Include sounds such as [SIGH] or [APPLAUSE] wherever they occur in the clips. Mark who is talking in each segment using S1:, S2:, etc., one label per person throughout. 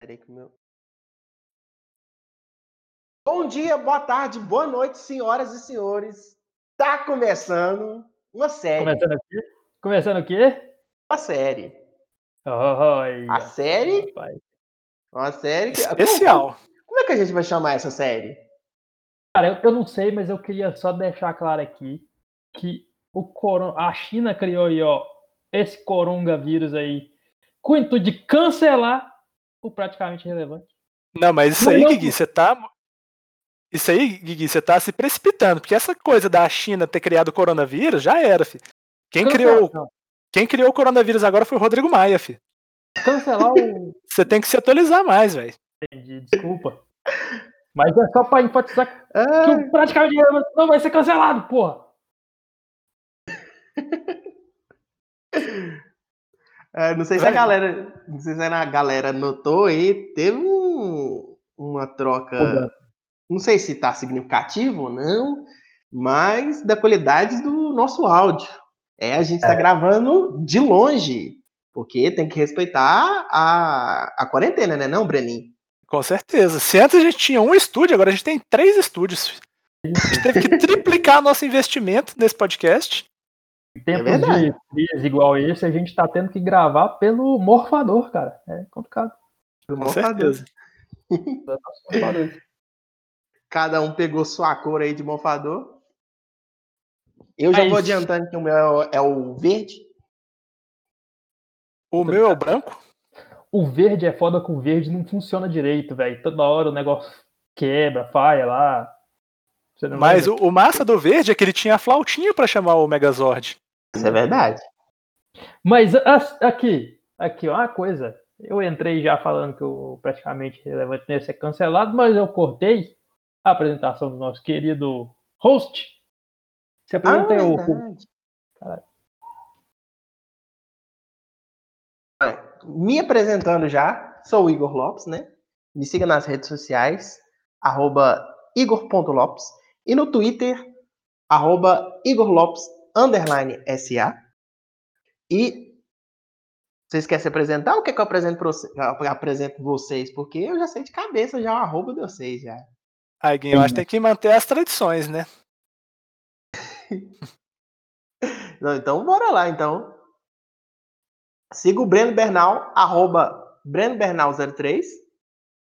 S1: Peraí que o meu.
S2: Bom dia, boa tarde, boa noite, senhoras e senhores. Tá começando uma série.
S3: Começando o quê? Começando o quê?
S2: Uma série.
S3: Olha,
S2: A série?
S3: rapaz.
S2: Uma série que.
S4: Especial.
S2: Como, como é que a gente vai chamar essa série?
S3: Cara, eu, eu não sei, mas eu queria só deixar claro aqui que o coron... a China criou aí, ó, esse coronavírus aí, com o intuito de cancelar o praticamente irrelevante.
S4: Não, mas isso
S3: Não,
S4: aí,
S3: não.
S4: Guigui, você tá. Isso aí, Guigui, você tá se precipitando, porque essa coisa da China ter criado o coronavírus já era, fi. Quem criou,
S3: Cancelação.
S4: quem criou o coronavírus agora foi o Rodrigo Maia, fi.
S3: Cancelar o.
S4: Você tem que se atualizar mais, velho.
S3: Entendi, desculpa. Mas é só pra enfatizar que
S2: Ah,
S3: o praticamente irrelevante não vai ser cancelado, porra.
S2: ah, não sei se a galera. Não sei se a galera notou aí. Teve um- uma troca. Não sei se tá significativo ou não, mas da qualidade do nosso áudio. É, a gente tá gravando de longe. Porque tem que respeitar a, a quarentena, né, não, Breninho?
S4: Com certeza. Se antes a gente tinha um estúdio, agora a gente tem três estúdios. fi. A gente teve que triplicar nosso investimento nesse podcast.
S3: Em tempos
S2: É verdade.
S3: de crise igual esse, a gente tá tendo que gravar pelo morfador, cara. É complicado.
S4: Com
S2: Bom saber.
S4: certeza.
S3: Morfador.
S2: Cada um pegou sua cor aí de mofador. Eu já
S3: Mas-
S2: vou adiantando que o meu é o- é o verde.
S4: O meu é o branco?
S3: O verde é foda com o verde, não funciona direito, velho. Toda hora o negócio quebra, falha lá. Você não
S4: Mas
S3: lembra?
S4: o, o massa do verde é que ele tinha a flautinha pra chamar o Megazord.
S2: Isso é verdade.
S3: Mas as- aqui, aqui, ó, uma coisa. Eu entrei já falando que o praticamente relevante não ia ser cancelado, mas eu cortei a apresentação do nosso querido host. Você apresenta aí, o-
S2: Ah, é verdade.
S3: Caralho.
S2: Olha, Me apresentando já, sou o Igor Lopes, né? Me siga nas redes sociais, arroba igor.lopes e no Twitter, arroba igorlopes, underline SA. E vocês querem se apresentar ou quer que eu apresente, pra você- eu apresento vocês? Porque eu já sei de cabeça já o arroba de vocês já.
S4: Aí, Guinho, eu acho que tem que manter as tradições, né?
S2: Não, então bora lá, então. Siga o Breno Bernal, arroba BrenoBernal03,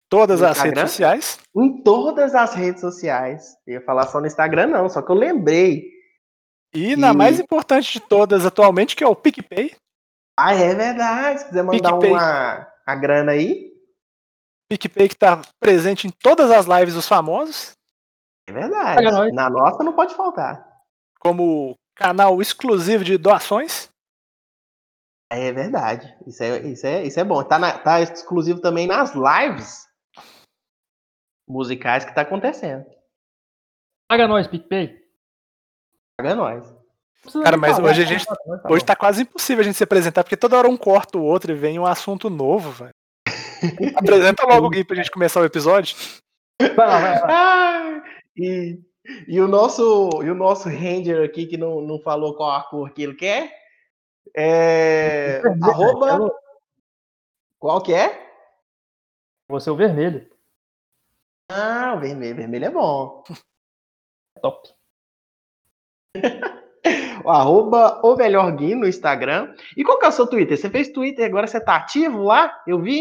S4: Todas
S2: No
S4: as
S2: Instagram?
S4: redes sociais.
S2: em todas as redes sociais. Eu ia falar só no Instagram, não, só que eu lembrei.
S4: E na
S2: E-
S4: mais importante de todas atualmente, que é o PicPay.
S2: Ah, é verdade. Se quiser mandar
S4: PicPay.
S2: uma a grana aí,
S4: PicPay que tá presente em todas as lives dos famosos,
S2: é verdade.
S3: Paga nós.
S2: Na nossa não pode faltar.
S4: como canal exclusivo de doações.
S2: É verdade. Isso é, isso é, isso é bom. Tá, na- tá exclusivo também nas lives musicais que tá acontecendo.
S3: paga nós, PicPay.
S2: Paga nós.
S3: Precisa
S4: Cara,
S3: nem
S4: mas
S3: falar,
S4: hoje a
S3: tá
S4: gente-
S3: bom, tá
S4: Hoje
S3: bom.
S4: tá quase impossível a gente se apresentar, porque toda hora um corta o outro e vem um assunto
S3: [LAUGHS]
S4: novo, velho. Apresenta logo o Gui pra gente começar o episódio.
S3: Vai lá, vai lá.
S2: Ah, [LAUGHS] e, e o nosso e o nosso ranger aqui que não, não falou qual a cor que ele quer é arroba
S3: Alô,
S2: qual que é?
S3: Você é o vermelho.
S2: Ah, o vermelho, vermelho é bom.
S3: [LAUGHS] Top.
S2: [LAUGHS] O arroba o melhor Gui no Instagram. E qual que é o seu Twitter? Você fez Twitter agora você tá ativo lá? Eu vi.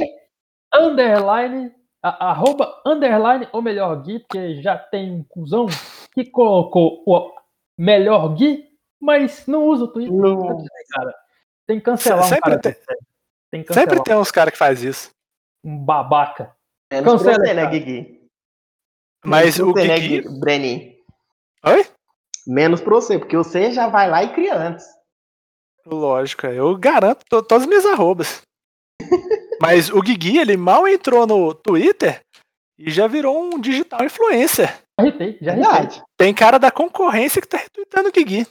S3: underline, a- arroba underline, ou melhor gui, porque já tem um cuzão que colocou o melhor gui, mas não usa o Twitter.
S2: Não.
S3: Cara, tem que cancelar um
S4: Sempre
S3: cara
S4: tem-
S3: desse. Tem que cancelar
S4: Sempre tem uns caras que faz isso.
S3: um babaca.
S2: Menos pra
S3: Cancela,
S2: você, né,
S3: cara.
S2: Gui?
S4: Mas o
S2: você, né,
S4: Gui.
S2: Gui- Breninho.
S4: Oi?
S2: Menos pra você, porque você já vai lá e cria antes.
S4: Lógico, eu garanto to- todas as minhas
S3: [LAUGHS]
S4: arrobas. Mas o Guigui, ele mal entrou no Twitter e já virou um digital influencer.
S3: Arretei, já arretei.
S2: Verdade.
S4: Tem cara da concorrência que tá retweetando o
S3: É,
S4: Guigui.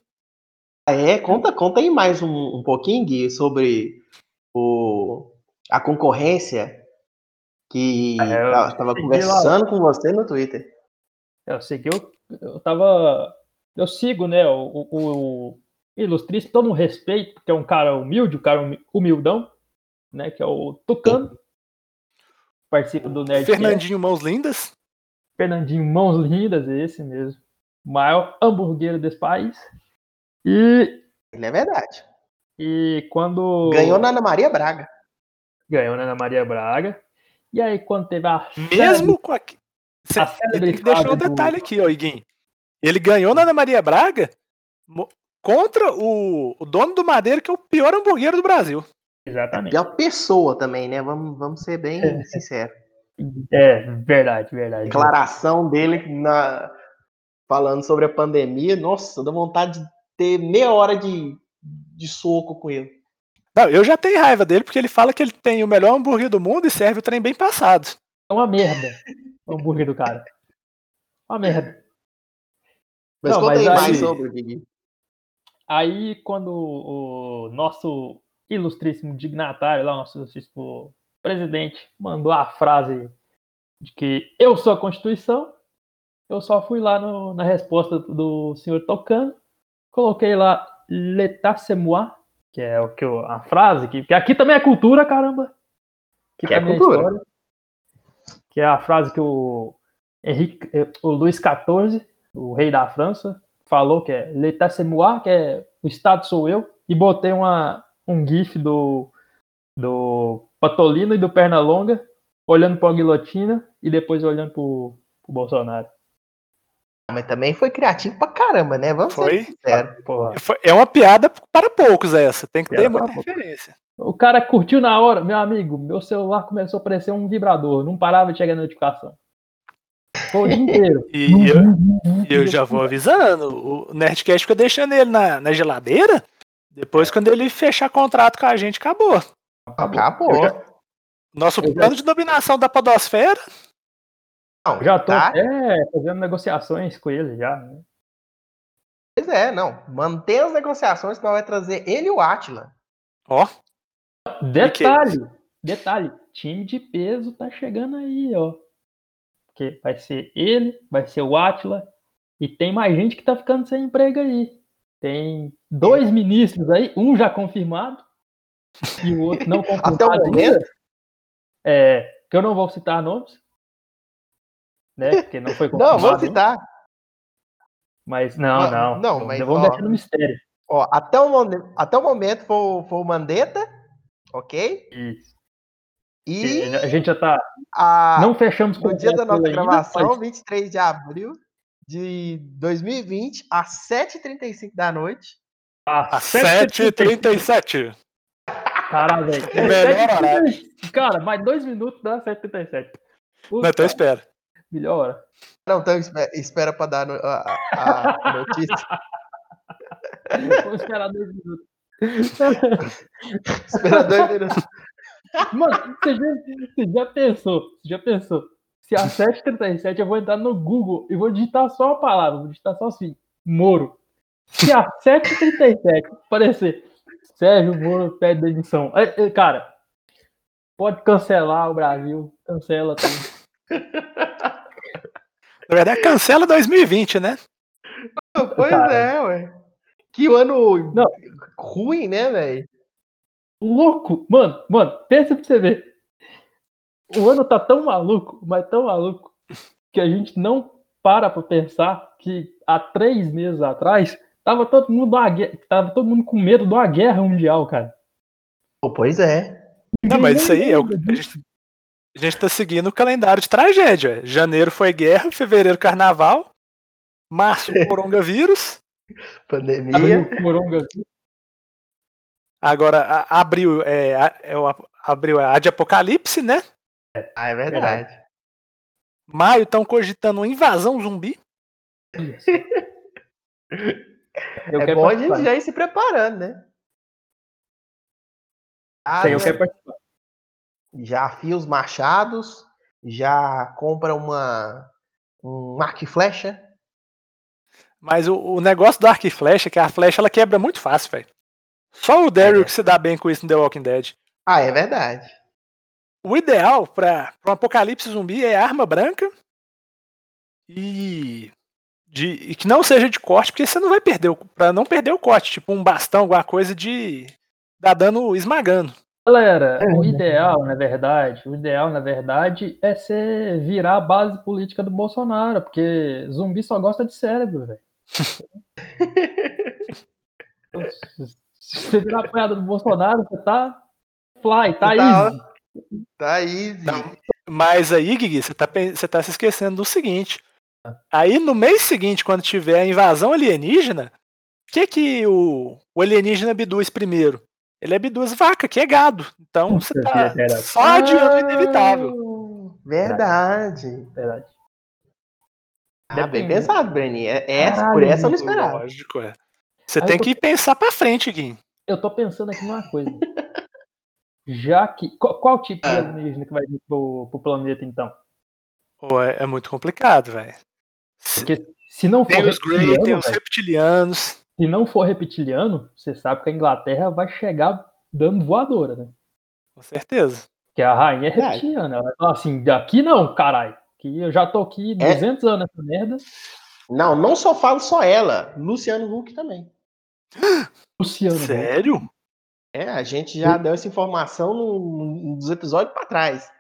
S2: Ah, É, conta, conta aí mais um, um pouquinho, Gui, sobre o, a concorrência que
S3: É, eu
S2: estava
S3: segui
S2: conversando com você no Twitter.
S3: Eu segui, eu, eu tava. Eu sigo, né? O, o, o Ilustríssimo, todo um respeito, porque é um cara humilde, um cara humi- humildão, né? Que é o Tucano. participa do Nerd.
S4: Fernandinho Mãos Lindas.
S3: Fernandinho Mãos Lindas, esse mesmo. O maior hamburguero desse país. E,
S2: Ele é verdade.
S3: e quando.
S2: Ganhou na Ana Maria Braga.
S3: Ganhou né, na Ana Maria Braga. E aí, quando teve a.
S4: Mesmo com a. Você
S3: A célebre
S4: tem que deixar um
S3: frase do-
S4: detalhe aqui, ó, Iguinho. Ele ganhou na Ana Maria Braga mo- contra o, o dono do Madeira, que é o pior hamburguero do Brasil.
S3: Exatamente.
S2: E a pessoa também, né? Vamos, vamos ser bem sinceros.
S3: É, verdade, verdade.
S2: Declaração dele na... falando sobre a pandemia. Nossa, dá vontade de ter meia hora de, de soco com ele.
S4: Não, eu já tenho raiva dele, porque ele fala que ele tem o melhor hambúrguer do mundo e serve o trem bem passado.
S3: É uma merda. O hambúrguer do cara. Uma merda.
S2: Mas
S3: Não,
S2: conta
S3: mas
S2: aí
S3: aí-
S2: mais sobre o Didi.
S3: Aí, quando o nosso ilustríssimo dignatário, lá, o nosso ilustríssimo presidente, mandou a frase de que eu sou a Constituição, eu só fui lá no- na resposta do senhor Tocano, coloquei lá l'état c'est moi, que é o que eu- a frase, que, que aqui também é cultura, caramba. Aqui
S2: Que é
S3: também
S2: cultura.
S3: história. que é a frase que o, Henrique, eh, o Luís XIV, o rei da França, falou que é l'état c'est moi, que é o Estado sou eu, e botei uma, um gif do, do Patolino e do Pernalonga olhando para a guilhotina e depois olhando para o Bolsonaro.
S2: Ah, Mas também foi criativo pra caramba, né? Vamos ser
S4: Foi.
S2: sinceros.
S3: Porra.
S4: Foi- É uma piada para poucos essa. Tem que ter
S3: Piada
S4: muita
S3: para
S4: referência.
S3: O cara curtiu na hora, meu amigo, meu celular começou a parecer um vibrador, não parava de chegar notificação. Foi o
S4: [LAUGHS]
S3: dia inteiro.
S4: E eu, e eu já vou avisando. O Nerdcast fica deixando ele na, na geladeira. Depois, quando ele fechar contrato com a gente, acabou.
S3: tá
S2: Acabou.
S4: Eu Nosso
S3: Eu já-
S4: plano de dominação da podosfera.
S2: Não,
S3: Já tô
S2: tá?
S3: até fazendo negociações com ele já. né?
S2: Pois é, não. Mantenha as negociações, senão vai trazer ele e o Atila.
S4: Ó,
S3: Detalhe, detalhe, time de peso tá chegando aí, ó. Porque vai ser ele, vai ser o Atila e tem mais gente que tá ficando sem emprego aí. Tem dois ministros aí, um já confirmado e o
S2: [LAUGHS]
S3: outro não confirmado.
S2: Até o
S3: ainda.
S2: momento.
S3: É, que eu não vou citar nomes, né? Porque não foi confirmado.
S2: [LAUGHS] Não, vamos
S3: ainda,
S2: citar.
S3: Mas não,
S2: Não,
S3: não.
S2: não,
S3: Vamos-
S2: mas,
S3: vamos
S2: ó,
S3: deixar no mistério.
S2: Ó, até, o, mone- até o momento foi, o- foi o Mandetta, ok?
S3: Isso.
S2: E
S3: A gente já tá.
S2: a,
S3: não fechamos
S2: ah, no dia da
S3: contrato
S2: nossa
S3: ainda,
S2: gravação,
S3: mas
S2: 23 de abril de 2020, às 7h35 da noite.
S3: Às
S4: às 7h37.
S3: Caralho, velho.
S4: O melhor horário.
S3: Cara, mais dois minutos dá 77. Puta,
S4: Não, então espera.
S3: melhor hora.
S2: Não, então espera, espera para dar no- a, a- a
S3: [LAUGHS]
S2: notícia.
S3: Vamos esperar dois minutos. [LAUGHS]
S2: espera dois minutos.
S3: Mano, você já, você já pensou? Você já pensou? Se a 737 eu vou entrar no Google e vou digitar só a palavra, vou digitar só assim, Moro. Se a 737 aparecer, Sérgio Moro pede demissão. É, é, Cara, pode cancelar o Brasil, cancela tudo.
S4: Na verdade, cancela 2020, né?
S2: Pois
S3: Cara.
S2: é, ué. Que ano
S3: Não.
S2: ruim, né, velho?
S3: louco. Mano, mano, pensa pra você ver. O ano tá tão maluco, mas tão maluco, que a gente não para pra pensar que há três meses atrás tava todo mundo, numa guerra, tava todo mundo com medo de uma guerra mundial, cara.
S2: Pô, Pois é.
S4: Não, mas isso aí é o que
S3: Ninguém
S4: a gente, a gente tá seguindo o calendário de tragédia. Janeiro foi guerra, fevereiro carnaval, março coronavírus,
S2: Pandemia.
S3: lembra do Tá coronga.
S4: agora a- abril é, a- é o ap- abril é a de apocalipse, né?
S2: Ah, é verdade.
S4: Maio estão cogitando uma invasão zumbi.
S3: assim. Eu
S2: é
S3: quero
S2: bom a
S3: participar.
S2: gente já ir se preparando, né? Ah,
S3: Isso aí eu
S2: né?
S3: quero participar.
S2: Já afia os machados, já compra uma um arco e flecha.
S4: Mas o, o negócio do arco e flecha é que a flecha ela quebra muito fácil, velho. Só o Daryl que se dá bem com isso no The Walking Dead.
S2: Ah, é verdade.
S4: O ideal para um apocalipse zumbi é arma branca e, de- e que não seja de corte, porque você não vai perder, para não perder o corte, tipo um bastão, alguma coisa de dar dano esmagando.
S3: Galera, o ideal, na verdade, o ideal, na verdade, é você virar a base política do Bolsonaro, porque zumbi só gosta de cérebro, velho. Então, se você virar apoiado do Bolsonaro, você tá fly, tá
S2: Tá-
S3: easy.
S2: Tá easy.
S4: Não. Mas aí, Guigui, você tá, pen- você tá se esquecendo do seguinte.
S2: Ah.
S4: Aí no mês seguinte, quando tiver a invasão alienígena, o que que o, o alienígena abduz primeiro? Ele abduz vaca, que é gado. Então você
S2: é
S4: tá só adiando o
S2: Ah,
S4: inevitável.
S3: um
S2: Verdade.
S3: Verdade.
S2: Ah, bem
S3: Depende.
S2: pensado, Breni. É- Essa,
S3: Caralho,
S2: por essa eu não esperava.
S4: Lógico, é. Você
S3: Aí
S4: tem
S3: eu tô-
S4: que pensar pra frente, Guim.
S3: Eu tô pensando aqui numa coisa. Já que. Qual, qual tipo
S4: Ah.
S3: de alienígena que vai vir pro, pro planeta, então?
S4: Pô, é, é muito complicado, velho.
S3: Porque se não for
S4: Tem os Grey,
S3: reptiliano,
S4: tem os
S3: velho,
S4: reptilianos.
S3: se não for reptiliano, você sabe que a Inglaterra vai chegar dando voadora, né?
S4: Com certeza.
S3: Que a rainha é
S2: Verdade.
S3: reptiliana. Ela vai falar assim, daqui não, caralho. Que eu já tô aqui
S2: É.
S3: 200 anos nessa merda.
S2: Não, não só falo só ela. Luciano Huck também.
S3: Luciano. né?
S4: Sério?
S2: É, a gente já deu essa informação num, num dos episódios pra trás.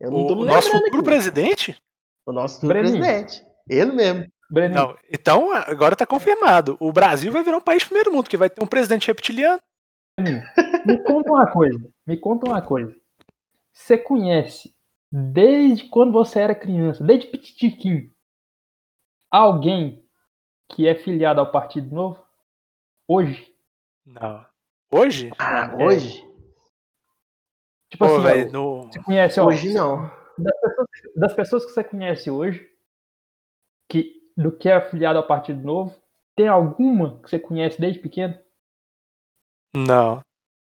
S2: Eu não tô
S4: O,
S2: me
S4: o nosso
S2: lembrando
S4: futuro
S2: aqui.
S4: presidente?
S2: O nosso futuro
S3: Breninho.
S2: presidente. Ele mesmo.
S3: Breninho,
S4: Não, então agora tá confirmado. O Brasil vai virar um país primeiro mundo, que vai ter um presidente reptiliano.
S3: me conta uma coisa. Me conta uma coisa. Você conhece, desde quando você era criança, desde pititiquinho, alguém que é filiado ao Partido Novo? Hoje?
S4: Não. Hoje?
S2: Ah,
S3: É.
S2: hoje?
S3: Tipo
S4: Pô,
S3: assim,
S4: velho,
S3: ó,
S4: no-
S3: você conhece, ó,
S2: Hoje não.
S3: das pessoas, das pessoas que você conhece hoje, que, do que é afiliado ao Partido Novo, tem alguma que você conhece desde pequeno?
S4: Não.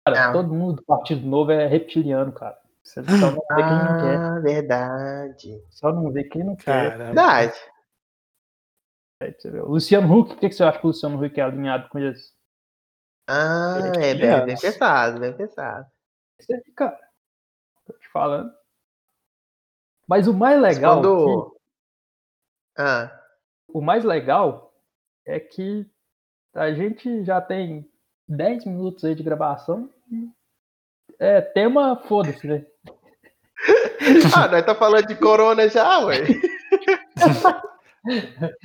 S3: Cara,
S2: Não.
S3: todo mundo do Partido Novo é reptiliano, cara. Você só não vê quem não quer.
S2: Ah, verdade.
S3: Só não vê quem não quer.
S4: Cara.
S2: Verdade.
S3: Aí você vê. O Luciano Huck, o que que você acha que o Luciano Huck é alinhado com isso?
S2: Ah, é bem,
S4: Reptilianos.
S2: bem pensado, bem pensado.
S3: Você fica. Tô te falando. Mas o mais
S2: Mas
S3: legal. aqui-
S2: Quando... Ah,
S3: o mais legal é que a gente já tem 10 minutos aí de gravação. e É, tema, foda-se, né?
S2: Ah, nós tá falando de corona já, ué.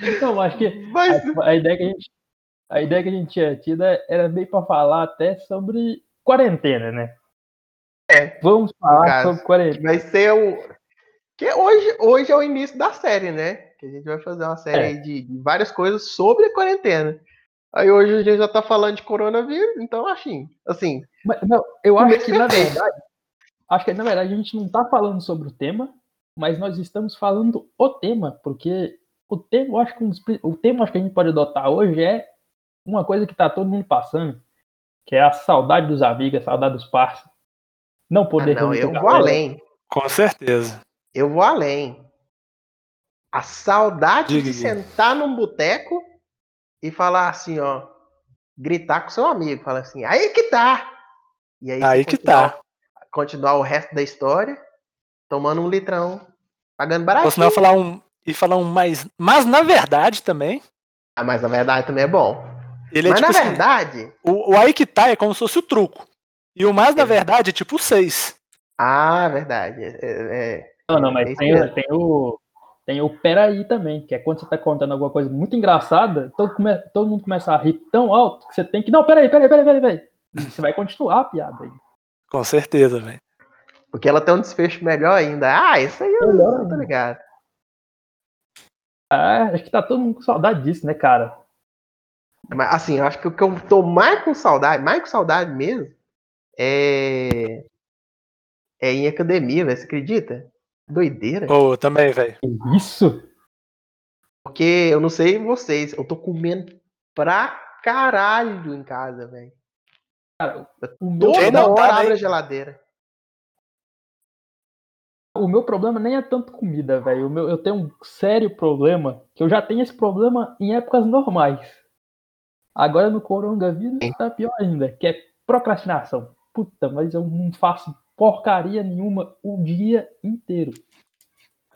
S3: Então, acho que
S2: Mas
S3: a, a ideia que a gente, a ideia que a gente tinha tido é- era meio para falar até sobre quarentena, né?
S2: É,
S3: Vamos falar
S2: caso.
S3: sobre quarentena.
S2: vai ser o. Que hoje, hoje é o início da série, né? Que a gente vai fazer uma série
S3: É.
S2: aí de, de várias coisas sobre a quarentena. Aí hoje a gente já tá falando de coronavírus, então assim, assim,
S3: Mas, não, é eu acho
S2: mês
S3: que na
S2: perfeito.
S3: verdade, acho que na verdade a gente não tá falando sobre o tema, mas nós estamos falando o tema, porque o tema, eu acho que um dos pri- o tema acho que a gente pode adotar hoje é uma coisa que tá todo mundo passando, que é a saudade dos amigos, a saudade dos parceiros. Não
S2: ah,
S3: poder
S2: não,
S3: reunir
S2: eu
S3: com a
S2: vou
S3: galera.
S2: além.
S4: Com certeza.
S2: Eu vou além. A saudade de
S4: Diga, Guilherme.
S2: sentar num boteco e falar assim, ó, gritar com seu amigo, falar assim, aí que tá! E aí, você
S4: Aí que
S2: continuar-
S4: tá.
S2: Continuar o resto da história, tomando um litrão, pagando baratinho.
S4: Ou senão eu falar um. E falar um mais. Mas na verdade também.
S2: Ah, mas na verdade também é bom.
S4: Ele é
S2: mas
S4: tipo
S2: na
S4: assim,
S2: verdade.
S4: o, o aí que tá é como se fosse o truco. E o mais na verdade é tipo o 6.
S2: Ah, verdade. É, é, é.
S3: Não, não,
S2: É
S3: mas
S2: isso
S3: tem, o-
S2: mesmo.
S3: tem o. Tem o peraí também, que é quando você tá contando alguma coisa muito engraçada, todo, come- todo mundo começa a rir tão alto que você tem que. Não, peraí, peraí, peraí, peraí, peraí. E Você vai continuar a piada aí.
S4: Com certeza, velho.
S2: Porque ela tem um desfecho melhor ainda. Ah, isso aí eu
S3: Melhor
S2: eu tô
S3: ainda.
S2: ligado.
S3: Ah, acho que tá todo mundo com saudade disso, né, cara?
S2: Mas assim, eu acho que o que eu tô mais com saudade, mais com saudade mesmo, é. É em academia, velho. Você acredita? Doideira.
S4: Ou também, velho.
S3: Que Isso?
S2: Porque eu não sei vocês, eu tô comendo pra caralho em casa, velho.
S3: O meu,
S2: Toda
S4: Quem não tá
S2: hora
S4: bem?
S2: abre a geladeira.
S3: o meu problema nem é tanto comida, velho. O meu- Eu tenho um sério problema, que eu já tenho esse problema em épocas normais. Agora no coronavírus
S2: Sim.
S3: tá pior ainda, que é procrastinação. Puta, mas eu não faço porcaria nenhuma o dia inteiro.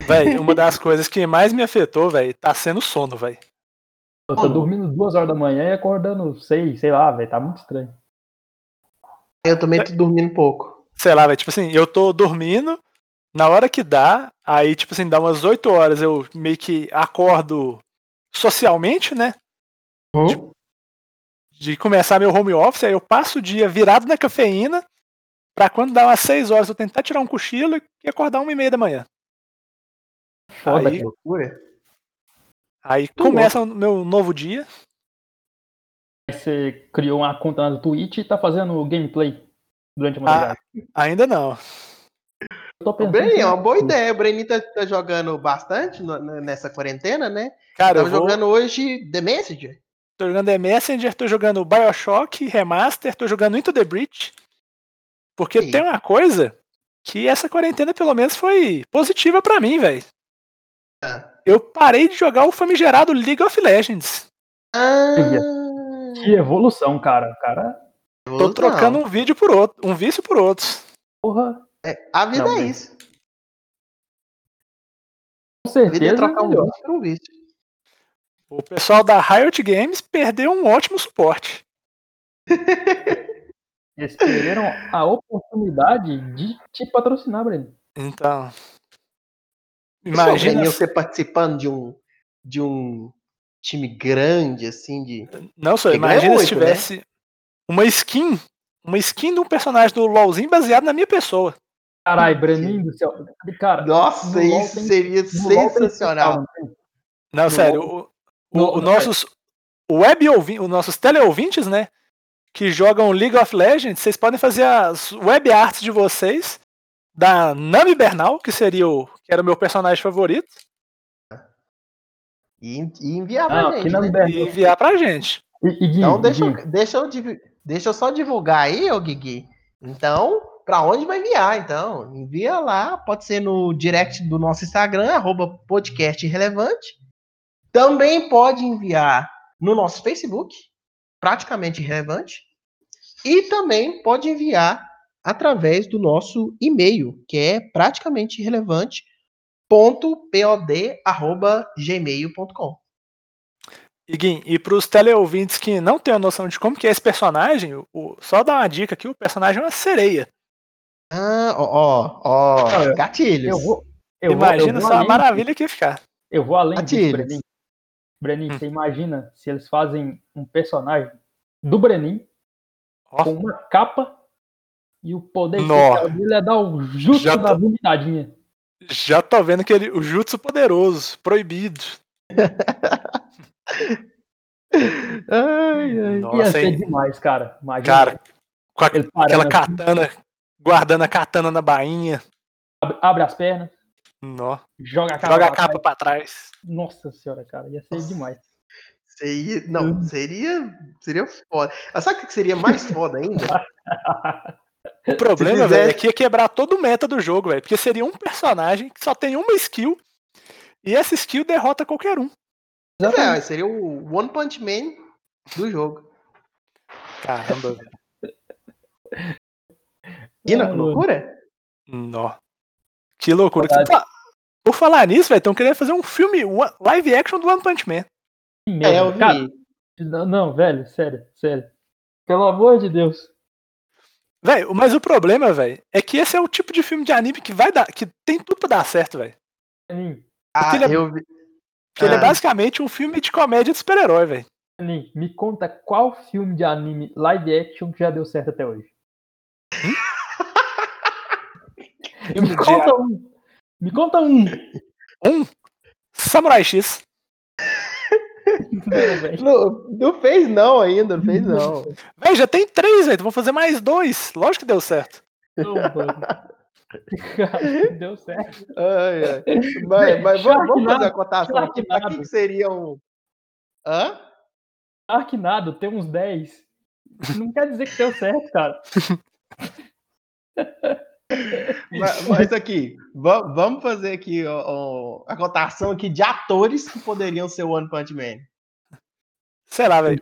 S4: Véi, uma das coisas que mais me afetou, velho, tá sendo o sono, velho.
S3: Eu tô dormindo duas horas da manhã e acordando seis, sei lá, velho, tá muito estranho.
S2: Eu também tô dormindo pouco.
S4: sei lá, velho, tipo assim, eu tô dormindo, na hora que dá, aí, tipo assim, dá umas 8 horas, eu meio que acordo socialmente, né?
S2: Hum?
S4: De começar meu home office, aí eu passo o dia virado na cafeína, pra quando dá umas 6 horas eu tentar tirar um cochilo e acordar uma e meia da manhã.
S2: Foda
S4: aí-
S2: que loucura.
S4: Aí
S2: bom.
S4: começa o meu novo dia.
S3: Você criou uma conta no Twitch e tá fazendo gameplay durante a
S2: Ah,
S3: madrugada.
S4: Ainda não.
S3: eu tô pensando.
S2: Bem,
S3: que-
S2: é uma boa ideia. O Breni tá, tá jogando bastante no- n- nessa quarentena, né?
S4: Cara, eu
S2: Tava
S4: vou, jogando...
S2: jogando hoje The Messenger.
S4: tô jogando The Messenger, tô jogando Bioshock Remaster, tô jogando Into the Breach. Porque
S2: Sim.
S4: tem uma coisa que essa quarentena pelo menos foi positiva pra mim, velho.
S2: Ah,
S4: Eu parei de jogar o famigerado League of Legends.
S3: Olha.
S2: Ah,
S3: Que evolução, cara. Cara,
S4: Tô
S2: evolução.
S4: trocando um vídeo por outro, um vício por outros.
S3: porra,
S2: É, a vida é
S3: Realmente.
S2: isso.
S3: com
S2: A vida é
S3: certeza.
S2: trocar um
S3: melhor.
S2: vício por um vício.
S4: O pessoal da Riot Games perdeu um ótimo suporte.
S3: Eles perderam a oportunidade de te patrocinar, Breno.
S4: Então,
S2: Imagina
S4: imagina
S2: você participando de um, de um time grande, assim, de.
S3: Tá.
S4: Não, só
S2: Porque ganha
S4: imagina se
S2: muito, né?
S4: tivesse uma skin, uma skin de um personagem do LoLzinho baseado na minha pessoa.
S3: Caralho, Breninho do céu. Cara,
S2: Nossa,
S3: No LOL
S2: isso
S3: tem-
S2: seria
S3: no LoL
S2: sensacional.
S3: tem especial, não tem?
S4: Não,
S3: No
S4: sério, o, o-
S3: No-
S4: o
S3: no-
S4: nossos o web ouvi- os nossos teleouvintes, né, que jogam League of Legends, vocês podem fazer as web arts de vocês da Nami Bernal, que seria o que era o meu personagem favorito,
S2: E, e enviar
S3: Não,
S2: pra
S3: aqui
S2: gente.
S3: na
S2: né?
S4: e
S3: Berlim.
S4: enviar pra gente.
S3: E, e Gui,
S2: Então, deixa,
S3: Gui,
S2: eu- deixa, eu, div- deixa eu só divulgar aí, ô Guigui. Então, pra onde vai enviar? Então, envia lá, pode ser no direct do nosso Instagram, arroba podcast irrelevante. Também pode enviar no nosso Facebook, praticamente irrelevante. E também pode enviar através do nosso e-mail, que é praticamente irrelevante. gmail.com
S4: E Guim, e pros teleouvintes que não têm a noção de como que é esse personagem, o- o- só dar uma dica aqui, o personagem é uma sereia.
S2: Ah, ó, ó, ó,
S3: Olha,
S2: gatilhos.
S3: eu vou. Eu vou-
S4: Imagina
S3: eu vou
S4: só a
S3: além-
S4: maravilha que ia ficar.
S3: Eu vou além disso,
S2: Atilhos.
S3: Breninho. Breninho,
S4: Hum.
S3: você imagina se eles fazem um personagem do Breninho
S4: Ó.
S3: com uma capa e o poder
S4: Nó.
S3: especial dele é dar o jutsu
S4: Já
S3: da
S4: tô-
S3: vomitadinha.
S4: Já tô vendo que ele, o Jutsu poderoso, proibido.
S2: Ai, ai.
S3: Ia
S4: Nossa,
S3: ser
S4: hein?
S3: demais, cara. Imagina
S4: Cara, com a-
S3: ele
S4: aquela
S3: parando, assim,
S4: katana, guardando a katana na bainha.
S3: abre, abre as pernas,
S4: Nó.
S3: joga a capa.
S4: Joga a
S3: pra trás.
S4: capa pra [LAUGHS] trás.
S3: Nossa senhora, cara, ia ser
S2: Nossa.
S3: demais.
S2: Seria, não, seria, seria foda. Ah, Sabe o que seria mais foda [LAUGHS] ainda?
S4: O problema,
S2: fizesse-
S4: velho, é que ia quebrar todo o meta do jogo, velho. Porque seria um personagem que só tem uma skill. E essa skill derrota qualquer um.
S3: Exatamente.
S2: É, seria o One Punch Man do jogo.
S4: Caramba, velho.
S2: E não,
S3: Ah,
S2: que loucura?
S4: Nó. Que loucura. Que fa- Por falar nisso, velho, estão querendo fazer um filme one- live action do One Punch Man.
S3: Que
S2: É, eu
S3: merda.
S2: vi.
S3: Cara, não, não, velho, sério, sério. Pelo amor de Deus.
S4: Velho, mas o problema, velho, é que esse é o tipo de filme de anime que vai dar. que tem tudo pra dar certo, velho.
S3: Breninho,
S2: Ah,
S4: aquele-
S2: eu vi.
S4: Que ele é
S2: Ah.
S4: basicamente um filme de comédia de super-herói, velho.
S3: Breninho, me conta qual filme de anime live action que já deu certo até
S2: [LAUGHS]
S3: hoje. Me conta um. Me conta um.
S4: Um, Samurai X.
S3: Não, velho.
S2: Não, não fez não ainda, não fez não.
S4: Velho, já tem três, velho. Vou fazer mais dois. Lógico que deu certo.
S3: Não, mano. [LAUGHS] Deu certo.
S2: Ai, ai. Mas, mas vamos, vamos fazer a cotação aqui. Pra
S3: Sharknado.
S2: que, que seria um... Hã?
S3: Arquinado, Ah, tem uns 10. Não quer dizer que deu certo, cara.
S2: Mas, mas aqui, va- vamos fazer aqui ó, ó, a cotação aqui de atores que poderiam ser o One Punch Man.
S4: Sei lá, velho.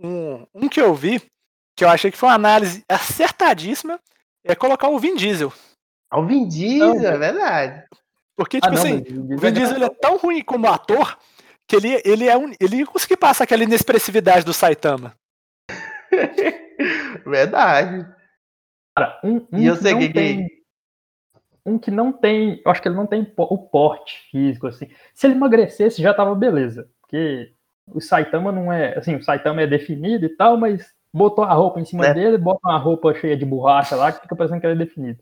S4: Um, um- um que eu vi, que eu achei que foi uma análise acertadíssima, é colocar o Vin Diesel.
S2: Ah, o Vin Diesel,
S3: Não,
S2: é verdade.
S4: Porque,
S3: Ah,
S4: tipo assim, o Vin Diesel ele é tão ruim como ator que ele, ele, é um, ele ia conseguir passar aquela inexpressividade do Saitama.
S2: Verdade.
S3: Cara, um, um
S2: E eu sei
S3: não
S2: que- que-
S3: tem- Um que não tem. Eu acho que ele não tem po- o porte físico, assim. Se ele emagrecesse, já tava beleza. Porque o Saitama não é. Assim, o Saitama é definido e tal, mas botou a roupa em cima
S2: Né?
S3: dele, bota uma roupa cheia de borracha lá, que fica parecendo que ele é definido.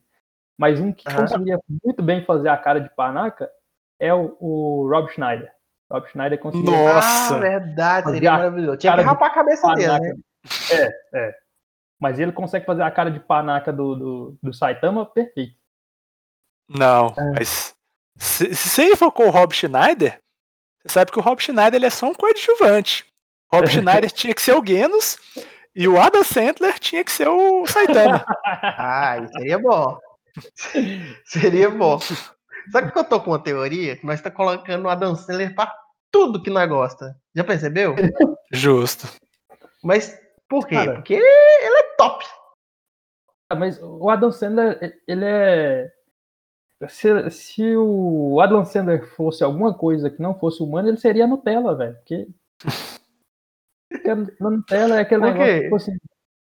S3: Mas um que
S2: Aham.
S3: conseguiria muito bem fazer a cara de panaca é o, o Rob Schneider. Rob Schneider é conseguiu.
S4: Nossa.
S2: Ah, verdade, seria
S3: Mas,
S2: maravilhoso. Tinha que
S3: cara,
S2: rapar a cabeça dele,
S3: panaca.
S2: né?
S3: É, é. Mas ele consegue fazer a cara de panaca do, do, do Saitama perfeito.
S4: Não, mas. Se, se ele for com o Rob Schneider, você sabe que o Rob Schneider ele é só um coadjuvante. O [LAUGHS] Rob Schneider tinha que ser o Genos e o Adam Sandler tinha que ser o Saitama.
S2: Ah, isso seria bom. [LAUGHS] seria bom. Sabe que eu tô com uma teoria? Que nós tá colocando o Adam Sandler pra tudo que nós gosta. Já percebeu?
S4: Justo.
S2: Mas por quê?
S3: Cara.
S2: Porque ele é top.
S3: Ah, Mas o Adam Sandler, e- ele é. Se, se o Adam Sandler fosse alguma coisa que não fosse humano, ele seria Nutella, velho.
S2: [LAUGHS]
S3: Porque. porque a Nutella é aquele
S2: Por
S3: negócio
S2: quê?
S3: que fosse-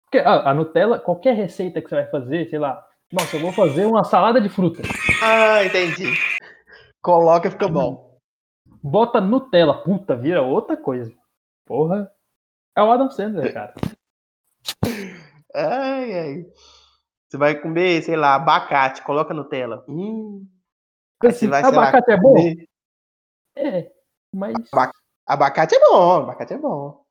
S3: Porque ah, a, a Nutella, qualquer receita que você vai fazer, sei lá. Nossa, eu vou fazer uma salada de fruta.
S2: Ah, entendi. Coloca e fica bom.
S3: Bota Nutella, puta, vira outra coisa. Porra. É o Adam Sandler, cara.
S2: Ai, ai. Você vai comer, sei lá, abacate, coloca Nutella. Hum, Aí você
S3: Assim,
S2: vai, sei lá,
S3: abacate é bom?
S2: comer-
S3: É. Mas.
S2: Abac- Abacate é bom, abacate é bom.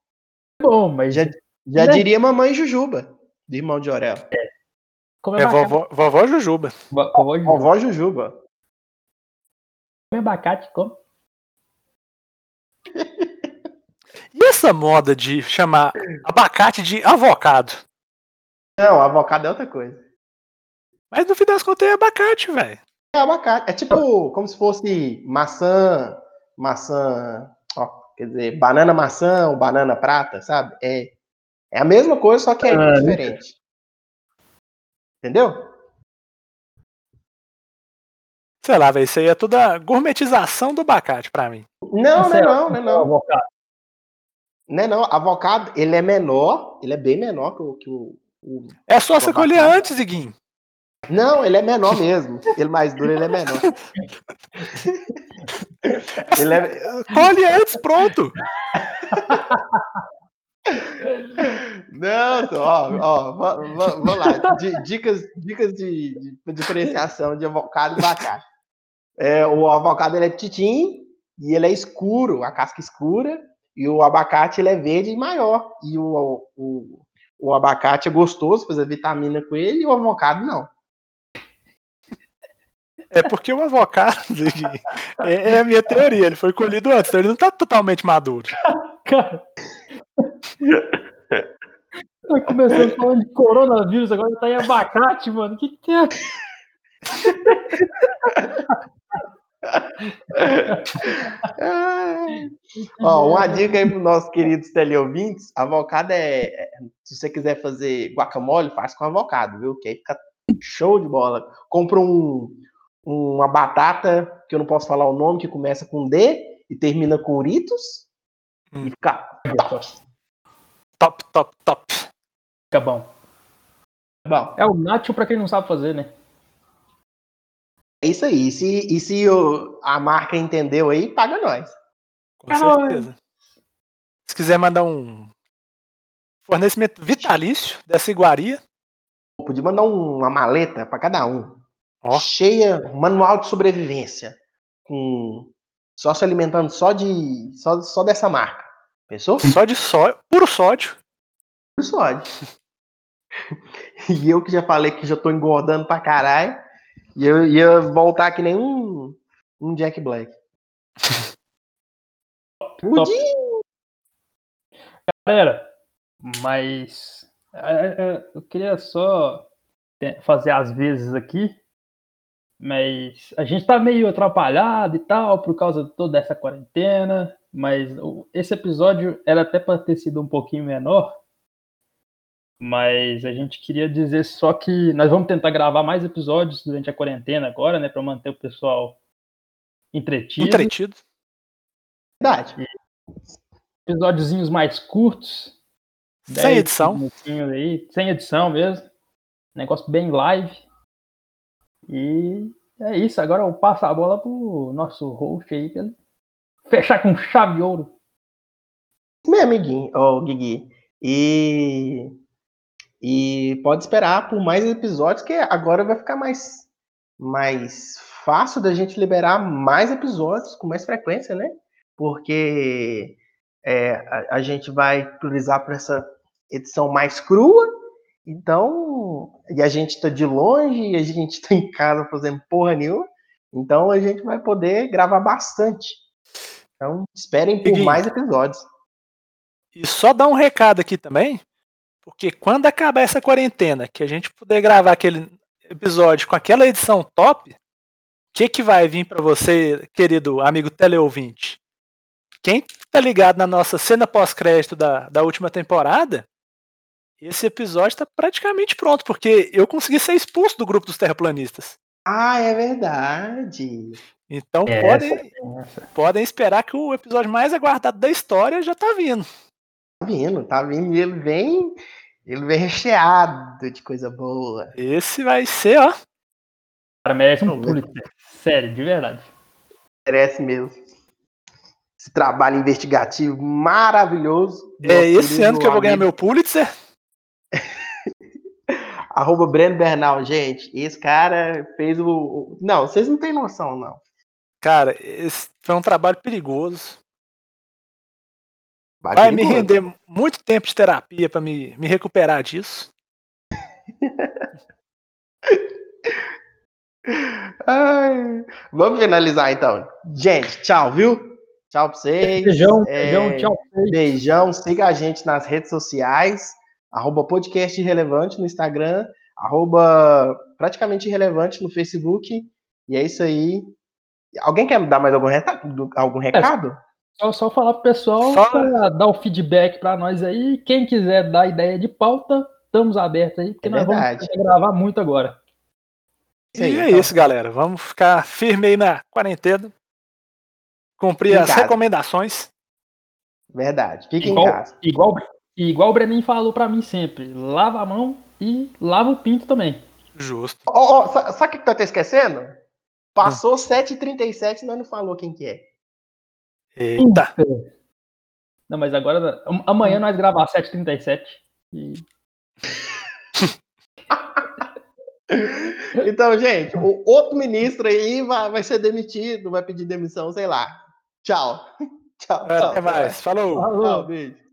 S3: é bom, mas.
S2: Já- Já
S3: Né? É
S2: diria mamãe Jujuba, de irmão de Orelha.
S3: Como é
S4: É vovó, vovó Jujuba.
S3: Vo- vovó de-
S2: Vovó Jujuba.
S3: Come abacate, come.
S4: E essa moda de chamar abacate de avocado?
S2: Não, avocado é outra coisa.
S4: Mas no fim das contas é abacate, velho.
S2: É abacate. É tipo como se fosse maçã, maçã, ó, quer dizer, banana maçã ou banana prata, sabe? É, é a mesma coisa, só que é
S3: Ah,
S2: diferente. Entendeu?
S4: Sei lá, velho. Isso aí é toda gourmetização do abacate pra mim.
S2: Não, não, é
S3: Marcelo,
S2: não, não, é não.
S3: Avocado.
S2: Não, é não. Avocado, ele é menor, ele é bem menor que o. Que o, o-
S4: É só você
S2: Abacate.
S4: colher antes, Iguinho.
S2: Não, ele é menor mesmo. Ele mais duro, ele é [LAUGHS] menor. ele é,
S4: Colhe antes, pronto.
S2: Não, ó, ó, va- va- vamos lá. Di- Dicas, dicas de, de diferenciação de avocado e abacate. É, o avocado ele é titim e ele é escuro, a casca escura, e o abacate ele é verde e maior. E o, o, o abacate é gostoso, fazer vitamina com ele, e o avocado não.
S4: É porque o avocado, [LAUGHS] Iguinho, é, é a minha teoria. Ele foi colhido antes, então ele não tá totalmente maduro.
S3: Cara. Nós começamos falando de coronavírus, agora tá em abacate, mano. Que que é?
S2: Ai. [LAUGHS] Ó, uma dica aí para os nossos queridos teleouvintes: avocado é. é- Se você quiser fazer guacamole, faz com avocado, viu? Que aí fica show de bola. Compra um, uma batata, que eu não posso falar o nome, que começa com D e termina com Uritos.
S4: Hum.
S2: E fica
S4: Top, top, top.
S3: Fica bom.
S2: bom.
S3: É o nacho pra quem não sabe fazer, né?
S2: É isso aí. E se, e se o- a marca entendeu aí, paga nós.
S4: Com
S3: Caralho.
S4: certeza. Se quiser mandar um fornecimento vitalício dessa iguaria,
S2: Podia mandar um- uma maleta para cada um.
S4: Ó.
S2: Cheia, um manual de sobrevivência. Com só se alimentando só de só, só dessa marca. Pensou?
S4: só de sódio, puro sódio.
S2: Isso ódio. E eu que já falei que já tô engordando pra caralho. E eu ia voltar que nem um, um Jack Black. Pudim!
S3: Galera, mas é, é, eu queria só te- fazer as vezes aqui, mas a gente tá meio atrapalhado e tal por causa de toda essa quarentena, mas o- esse episódio era até para ter sido um pouquinho menor, mas a gente queria dizer só que nós vamos tentar gravar mais episódios durante a quarentena agora, né, para manter o pessoal entretido
S4: Entretido.
S2: Verdade.
S3: episódiozinhos mais curtos.
S4: Sem edição.
S3: minutinhos Aí, sem edição mesmo. Negócio bem live. E é isso. Agora eu passo a bola pro nosso host aí, pra ele fechar com chave de ouro.
S2: Meu amiguinho, ô Guigui. E. E pode esperar por mais episódios, que agora vai ficar mais, mais fácil da gente liberar mais episódios com mais frequência, né? Porque é, a, a gente vai priorizar para essa edição mais crua, então, e a gente tá de longe, e a gente tá em casa fazendo porra nenhuma, então a gente vai poder gravar bastante. Então, esperem por
S4: Guigui.
S2: mais episódios.
S4: E só dar um recado aqui também, porque quando acabar essa quarentena, que a gente puder gravar aquele episódio com aquela edição top, o que, que vai vir para você, querido amigo teleouvinte? Quem tá ligado na nossa cena pós-crédito da, da última temporada, esse episódio tá praticamente pronto, porque eu consegui ser expulso do grupo dos terraplanistas.
S2: Ah, é verdade.
S4: Então
S3: É,
S4: podem, podem esperar que o episódio mais aguardado da história já tá vindo.
S2: Tá vindo, tá vindo. e Ele vem, ele vem recheado de coisa boa.
S4: Esse vai ser, ó.
S3: Cara, merece um Pulitzer. Sério, de verdade.
S2: Merece mesmo. Esse trabalho investigativo maravilhoso. do
S4: É
S2: nosso
S4: esse ano que eu vou ganhar
S2: querido
S4: meu Pulitzer.
S2: Arroba Breno Bernal, gente. Esse cara fez o. o- Não, vocês não têm noção, não.
S4: Cara, esse foi um trabalho perigoso.
S2: Bate
S4: Vai
S2: de
S4: me
S2: boa.
S4: render muito tempo de terapia pra me, me recuperar disso.
S2: Ai, Vamos finalizar então. Gente, tchau, viu? Tchau pra vocês.
S3: Beijão,
S2: é,
S3: beijão, tchau.
S2: Beijão, siga a gente nas redes sociais, arroba podcast irrelevante no Instagram, arroba praticamente irrelevante no Facebook. E é isso aí. Alguém quer dar mais algum, reta- do- algum
S4: É.
S2: recado?
S3: Só, só falar pro pessoal
S4: Só-
S3: pra dar o feedback pra nós aí. Quem quiser dar ideia de pauta, estamos abertos aí, porque
S2: É
S3: nós
S2: verdade.
S3: vamos gravar muito agora.
S2: Isso aí,
S4: e é
S2: então.
S4: isso, galera. Vamos ficar firme aí na quarentena. Cumprir
S2: Em
S4: as
S2: casa.
S4: recomendações.
S2: Verdade. Fiquem em
S3: Igual-
S2: casa.
S3: Igual, igual o Breninho falou pra mim sempre: lava a mão e lava o pinto também.
S4: Justo.
S2: Ó, ó, sa- sabe o que eu tô esquecendo? Passou
S4: Hum.
S2: 7h37 e nós não falou quem que é.
S4: Eita.
S3: Não, mas agora. am- Amanhã nós gravar 7h37. E
S2: Então, gente, o outro ministro aí vai, vai ser demitido, vai pedir demissão, sei lá. Tchau. [LAUGHS] Tchau, tchau.
S4: Até mais. Falou.
S2: Tchau,
S3: falou.
S2: beijo.